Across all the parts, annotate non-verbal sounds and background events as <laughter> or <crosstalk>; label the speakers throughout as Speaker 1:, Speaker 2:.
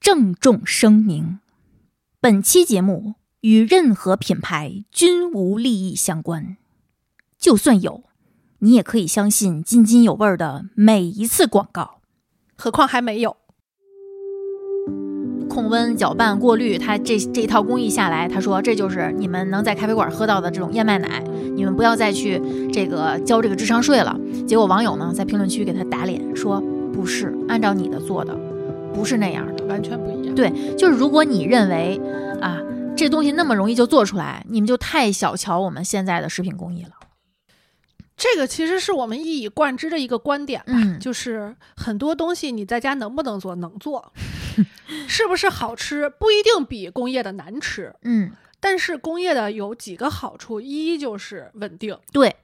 Speaker 1: 郑重声明：本期节目与任何品牌均无利益相关。就算有，你也可以相信津津有味儿的每一次广告。
Speaker 2: 何况还没有。
Speaker 1: 控温、搅拌、过滤，它这这一套工艺下来，他说这就是你们能在咖啡馆喝到的这种燕麦奶，你们不要再去这个交这个智商税了。结果网友呢在评论区给他打脸，说不是，按照你的做的，不是那样的。
Speaker 2: 完全不一样。
Speaker 1: 对，就是如果你认为啊这东西那么容易就做出来，你们就太小瞧我们现在的食品工艺了。
Speaker 2: 这个其实是我们一以贯之的一个观点吧，
Speaker 1: 嗯
Speaker 2: 就是很多东西你在家能不能做，
Speaker 1: <laughs>
Speaker 2: 能做，是不是好吃不一定比工业的难吃，
Speaker 1: 嗯，
Speaker 2: 但是工业的有几个好处，一就是稳定，
Speaker 1: 对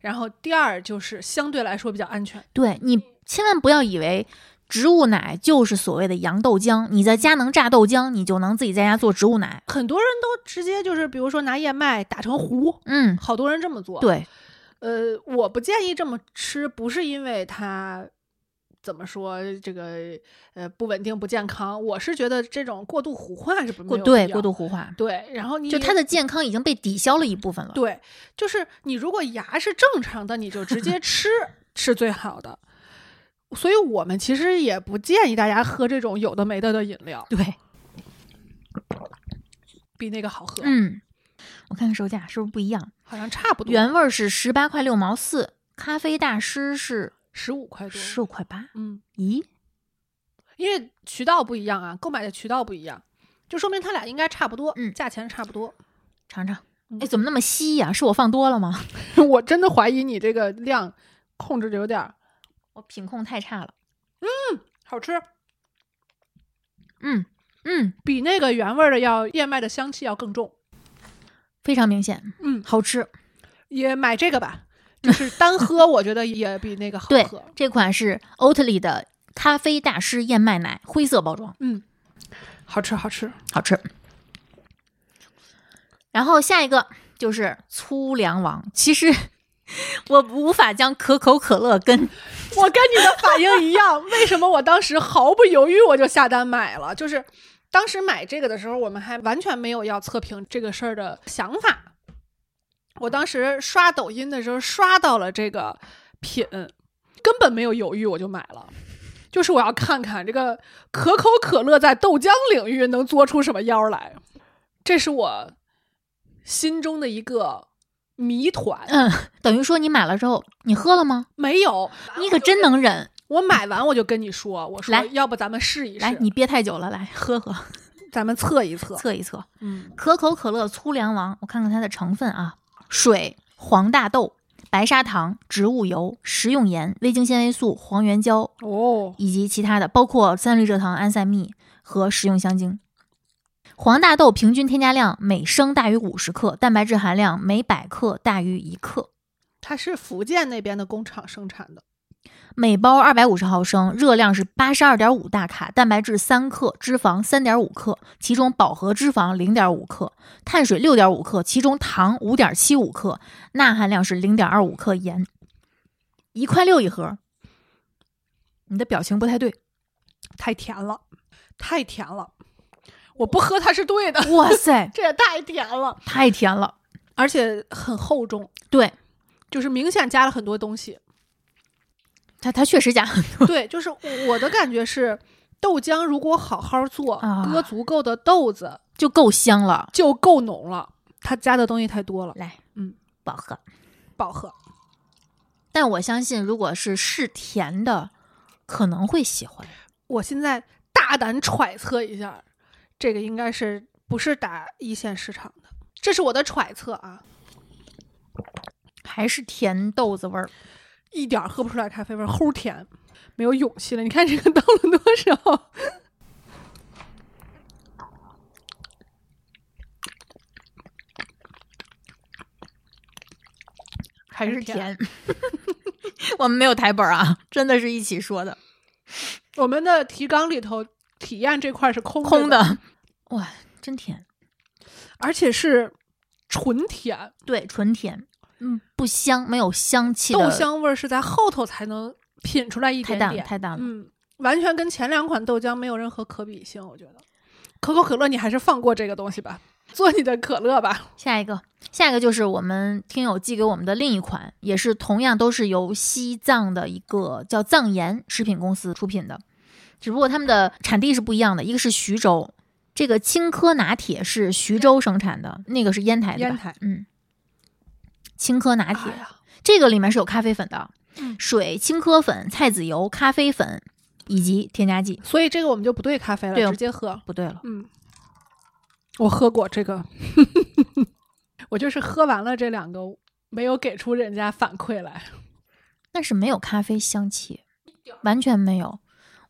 Speaker 2: 然后第二就是相对来说比较安全。
Speaker 1: 对，你千万不要以为植物奶就是所谓的洋豆浆，你在家能榨豆浆，你就能自己在家做植物奶。
Speaker 2: 很多人都直接就是，比如说拿燕麦打成糊，
Speaker 1: 嗯，
Speaker 2: 好多人这么做。，
Speaker 1: 对，
Speaker 2: 呃，我不建议这么吃，不是因为它怎么说这个呃不稳定不健康，我是觉得这种过度糊化是不没
Speaker 1: 过
Speaker 2: 有
Speaker 1: 对
Speaker 2: 必要
Speaker 1: 过度糊化，
Speaker 2: 对，然后你
Speaker 1: 就它的健康已经被抵消了一部分了。
Speaker 2: 对，就是你如果牙是正常的，你就直
Speaker 1: <laughs>
Speaker 2: 接吃是最好的。所以我们其实也不建议大家喝这种有的没的的饮料，
Speaker 1: 对，
Speaker 2: 比那个好喝，
Speaker 1: 嗯，我看看售价是不是不一样？
Speaker 2: 好像差不多，
Speaker 1: 原味儿是十八块六毛四，咖啡大师是
Speaker 2: 十五块多，
Speaker 1: 十五块八。
Speaker 2: 嗯，
Speaker 1: 咦，
Speaker 2: 因为渠道不一样啊，购买的渠道不一样，就说明它俩应该差不多，
Speaker 1: 嗯
Speaker 2: 价钱差不多。
Speaker 1: 尝尝，哎，
Speaker 2: 嗯
Speaker 1: 怎么那么稀呀、是我放多了吗？
Speaker 2: <laughs> 我真的怀疑你这个量控制的有点儿
Speaker 1: <laughs> 我品控太差了。
Speaker 2: 好吃，
Speaker 1: 嗯嗯，
Speaker 2: 比那个原味儿的要燕麦的香气要更重。
Speaker 1: 非常明显，
Speaker 2: 嗯，
Speaker 1: 好吃。
Speaker 2: 也买这个吧，就是单喝，我觉得也比那个好
Speaker 1: 对
Speaker 2: 喝。，
Speaker 1: 这款是 Oatly 的咖啡大师燕麦奶，灰色包装，
Speaker 2: 嗯，好吃好吃。
Speaker 1: 好吃。然后下一个就是粗粮王，其实我无法将可口可乐跟
Speaker 2: 我跟你的反应一样，为什么我当时毫不犹豫我就下单买了？就是当时买这个的时候，我们还完全没有要测评这个事儿的想法。我当时刷抖音的时候刷到了这个品，根本没有犹豫我就买了。就是我要看看这个可口可乐在豆浆领域能做出什么妖来，这是我心中的一个谜团。
Speaker 1: 嗯，等于说你买了之后，你喝了吗？
Speaker 2: 没有，
Speaker 1: 你可真能忍！
Speaker 2: 我买完我就跟你说，我说
Speaker 1: 来
Speaker 2: 要不咱们试一试，
Speaker 1: 来，你憋太久了，来喝 <laughs> 喝，
Speaker 2: 咱们测一测。
Speaker 1: 测一测。
Speaker 2: 嗯，
Speaker 1: 可口可乐粗粮王，我看看它的成分啊：水、黄大豆、白砂糖、植物油、食用盐、微晶纤维素、黄原胶
Speaker 2: 哦，
Speaker 1: 以及其他的，包括三氯蔗糖、安赛蜜和食用香精。黄大豆平均添加量每升大于五十克，蛋白质含量每百克大于一克，
Speaker 2: 它是福建那边的工厂生产的，
Speaker 1: 每包二百五十毫升，热量是八十二点五大卡，蛋白质三克，脂肪三点五克，其中饱和脂肪零点五克，碳水六点五克，其中糖五点七五克，钠含量是零点二五克，盐一块六一盒。你的表情不太对，
Speaker 2: 太甜了，太甜了，我不喝它是对的，
Speaker 1: <laughs>
Speaker 2: <laughs>
Speaker 1: 哇塞，
Speaker 2: 这也太甜了，
Speaker 1: 太甜了，
Speaker 2: 而且很厚重，
Speaker 1: 对。
Speaker 2: 就是明显加了很多东 <laughs> 西。
Speaker 1: 它它确实加很多，
Speaker 2: 对，就是我的感觉是，豆浆如果好好做，
Speaker 1: 啊
Speaker 2: 搁足够的豆子
Speaker 1: 就够香了。
Speaker 2: 就够浓了，它加的东西太多了，
Speaker 1: 来，
Speaker 2: 嗯，
Speaker 1: 不好喝。
Speaker 2: 不好喝。
Speaker 1: 但我相信，如果是是甜的，可能会喜欢。
Speaker 2: 我现在大胆揣测一下，这个应该是不是打一线市场的？这是我的揣测啊，
Speaker 1: 还是甜豆子味儿，
Speaker 2: 一点儿喝不出来咖啡味儿，齁甜，没有勇气了。你看这个到了多少？
Speaker 1: 还
Speaker 2: 是
Speaker 1: 是
Speaker 2: 甜
Speaker 1: 甜。 <laughs> 我们没有台本儿啊，真的是一起说的，
Speaker 2: 我们的提纲里头体验这块是空
Speaker 1: 空
Speaker 2: 的，
Speaker 1: 的。 <laughs> 哇，真甜，
Speaker 2: 而且是纯甜，
Speaker 1: 对，纯甜，嗯，不香，没有香气的
Speaker 2: 豆香味儿是在后头才能品出来一
Speaker 1: 太
Speaker 2: 点
Speaker 1: 淡了，
Speaker 2: 点。
Speaker 1: 太淡了。
Speaker 2: 嗯，完全跟前两款豆浆没有任何可比性，我觉得。可口可乐，你还是放过这个东西吧，做你的可乐吧。
Speaker 1: 下一个，下一个就是我们听友寄给我们的另一款，也是同样都是由西藏的一个叫藏盐食品公司出品的，只不过他们的产地是不一样的，一个是徐州，这个青稞拿铁是徐州生产的，那个是烟台的吧，
Speaker 2: 烟台
Speaker 1: 嗯，青稞拿铁、
Speaker 2: 哎呀
Speaker 1: 这个里面是有咖啡粉的，
Speaker 2: 嗯
Speaker 1: 水、青稞粉、菜籽油、咖啡粉以及添加剂，
Speaker 2: 所以这个我们就不兑咖啡了，
Speaker 1: 对
Speaker 2: 直接喝。
Speaker 1: 不对了，
Speaker 2: 嗯，我喝过这个， <laughs> 我就是喝完了这两个，没有给出人家反馈来。
Speaker 1: 但是没有咖啡香气，完全没有。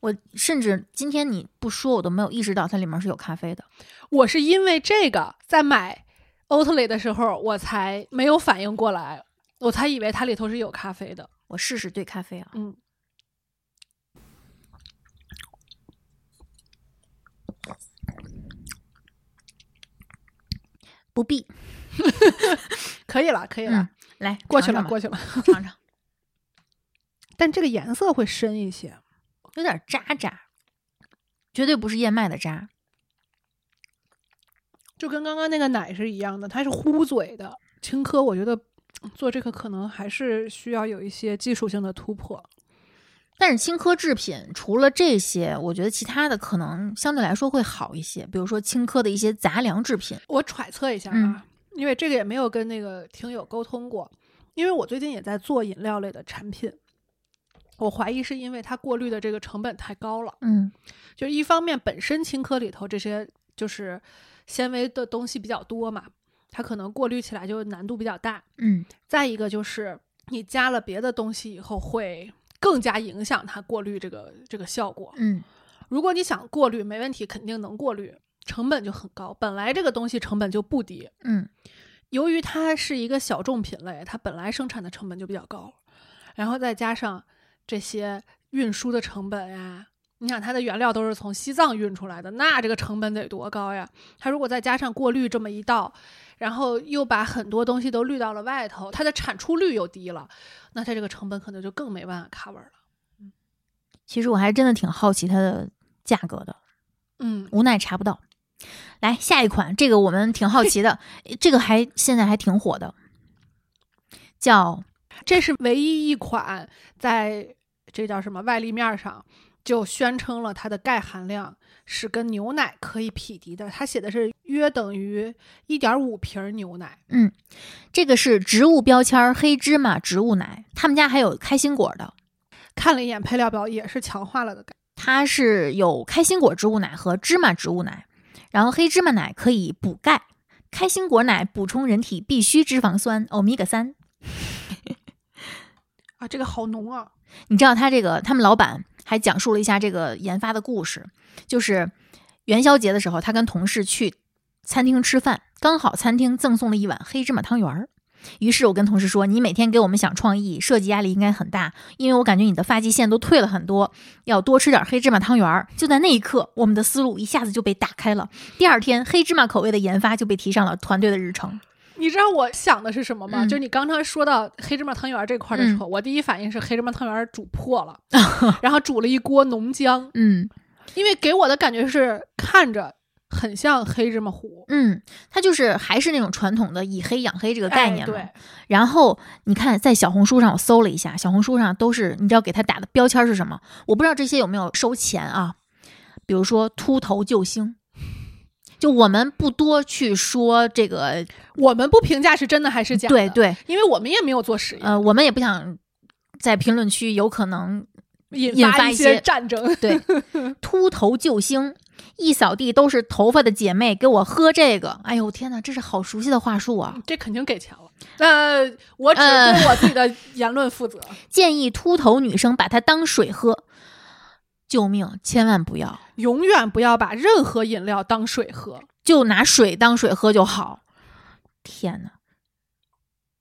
Speaker 1: 我甚至今天你不说，我都没有意识到它里面是有咖啡的。
Speaker 2: 我是因为这个在买 Oatly 的时候，我才没有反应过来，我才以为它里头是有咖啡的。
Speaker 1: 我试试兑咖啡啊，
Speaker 2: 嗯，
Speaker 1: 不必。
Speaker 2: 可以了，可以了，
Speaker 1: 嗯，来
Speaker 2: 过去
Speaker 1: 尝
Speaker 2: 了，
Speaker 1: 尝吧
Speaker 2: 啊过去了。
Speaker 1: 尝尝，
Speaker 2: 但这个颜色会深一些。
Speaker 1: 有点渣渣，绝对不是燕麦的渣。
Speaker 2: 就跟刚刚那个奶是一样的，它是糊嘴的。青稞，我觉得嗯做这个可能还是需要有一些技术性的突破。
Speaker 1: 但是青稞制品除了这些，我觉得其他的可能相对来说会好一些，比如说青稞的一些杂粮制品。
Speaker 2: 我揣测一下啊，因为这个也没有跟那个听友沟通过，因为我最近也在做饮料类的产品，我怀疑是因为它过滤的这个成本太高了。
Speaker 1: 嗯
Speaker 2: 就是一方面本身青稞里头这些就是纤维的东西比较多嘛，它可能过滤起来就难度比较大。
Speaker 1: 嗯，
Speaker 2: 再一个就是你加了别的东西以后，会更加影响它过滤这个这个效果。
Speaker 1: 嗯，
Speaker 2: 如果你想过滤，没问题，肯定能过滤，成本就很高。本来这个东西成本就不低，
Speaker 1: 嗯，
Speaker 2: 由于它是一个小众品类，它本来生产的成本就比较高，然后再加上这些运输的成本呀。你想它的原料都是从西藏运出来的，那这个成本得多高呀？它如果再加上过滤这么一道，然后又把很多东西都滤到了外头，它的产出率又低了，那它这个成本可能就更没办法 cover 了。
Speaker 1: 其实我还真的挺好奇它的价格的，
Speaker 2: 嗯，
Speaker 1: 无奈查不到。来下一款，这个我们挺好奇的，这个还现在还挺火的，叫
Speaker 2: 这是唯一一款在这叫什么外立面儿上就宣称了它的钙含量是跟牛奶可以匹敌的，它写的是约等于一点五瓶儿牛奶。
Speaker 1: 这个是植物标签儿黑芝麻植物奶，他们家还有开心果的，
Speaker 2: 看了一眼配料表，也是强化了的钙。
Speaker 1: 它是有开心果植物奶和芝麻植物奶，然后黑芝麻奶可以补钙，开心果奶补充人体必需脂肪酸欧米伽三。
Speaker 2: 啊，这个好浓啊！
Speaker 1: 你知道他这个，他们老板还讲述了一下这个研发的故事，就是元宵节的时候，他跟同事去餐厅吃饭，刚好餐厅赠送了一碗黑芝麻汤圆儿。于是我跟同事说：“你每天给我们想创意，设计压力应该很大，因为我感觉你的发际线都退了很多，要多吃点黑芝麻汤圆儿。”就在那一刻，我们的思路一下子就被打开了。第二天，黑芝麻口味的研发就被提上了团队的日程。
Speaker 2: 你知道我想的是什么吗？
Speaker 1: 嗯
Speaker 2: 就是你刚刚说到黑芝麻汤圆儿这块儿的时候，我第一反应是黑芝麻汤圆儿煮
Speaker 1: <laughs>
Speaker 2: 破了，然后煮了一锅浓浆，
Speaker 1: 嗯
Speaker 2: 因为给我的感觉是看着很像黑芝麻糊
Speaker 1: 嗯，它就是还是那种传统的以黑养黑这个
Speaker 2: 的
Speaker 1: 概念嘛。
Speaker 2: 哎对，
Speaker 1: 然后你看，在小红书上我搜了一下，小红书上都是你知道给他打的标签是什么？我不知道这些有没有收钱啊？比如说秃头救星，就我们不多去说这个，
Speaker 2: 我们不评价是真的还是假的，
Speaker 1: 对，对，
Speaker 2: 因为我们也没有做实验，
Speaker 1: 呃，我们也不想在评论区有可能
Speaker 2: 引
Speaker 1: 引
Speaker 2: 发
Speaker 1: 发
Speaker 2: 一
Speaker 1: 一
Speaker 2: 些
Speaker 1: 些
Speaker 2: 战争。 <laughs>
Speaker 1: 对秃头救星。一扫地都是头发的姐妹，给我喝这个！哎呦天哪，这是好熟悉的话术啊！
Speaker 2: 这肯定给钱了，那、我只
Speaker 1: 呃
Speaker 2: 对我自己的言论负责。
Speaker 1: 建议秃头女生把它当水喝，救命，千万不要！
Speaker 2: <laughs> 永远不要把任何饮料当水喝。
Speaker 1: 就拿水当水喝就好。天呐，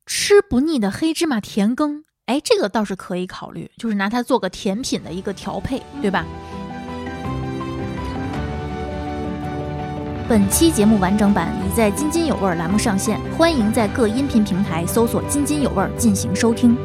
Speaker 1: 吃不腻的黑芝麻甜羹，哎，这个倒是可以考虑，就是拿它做个甜品的一个调配，对吧？本期节目完整版已在“津津有味”栏目上线，欢迎在各音频平台搜索“津津有味”进行收听。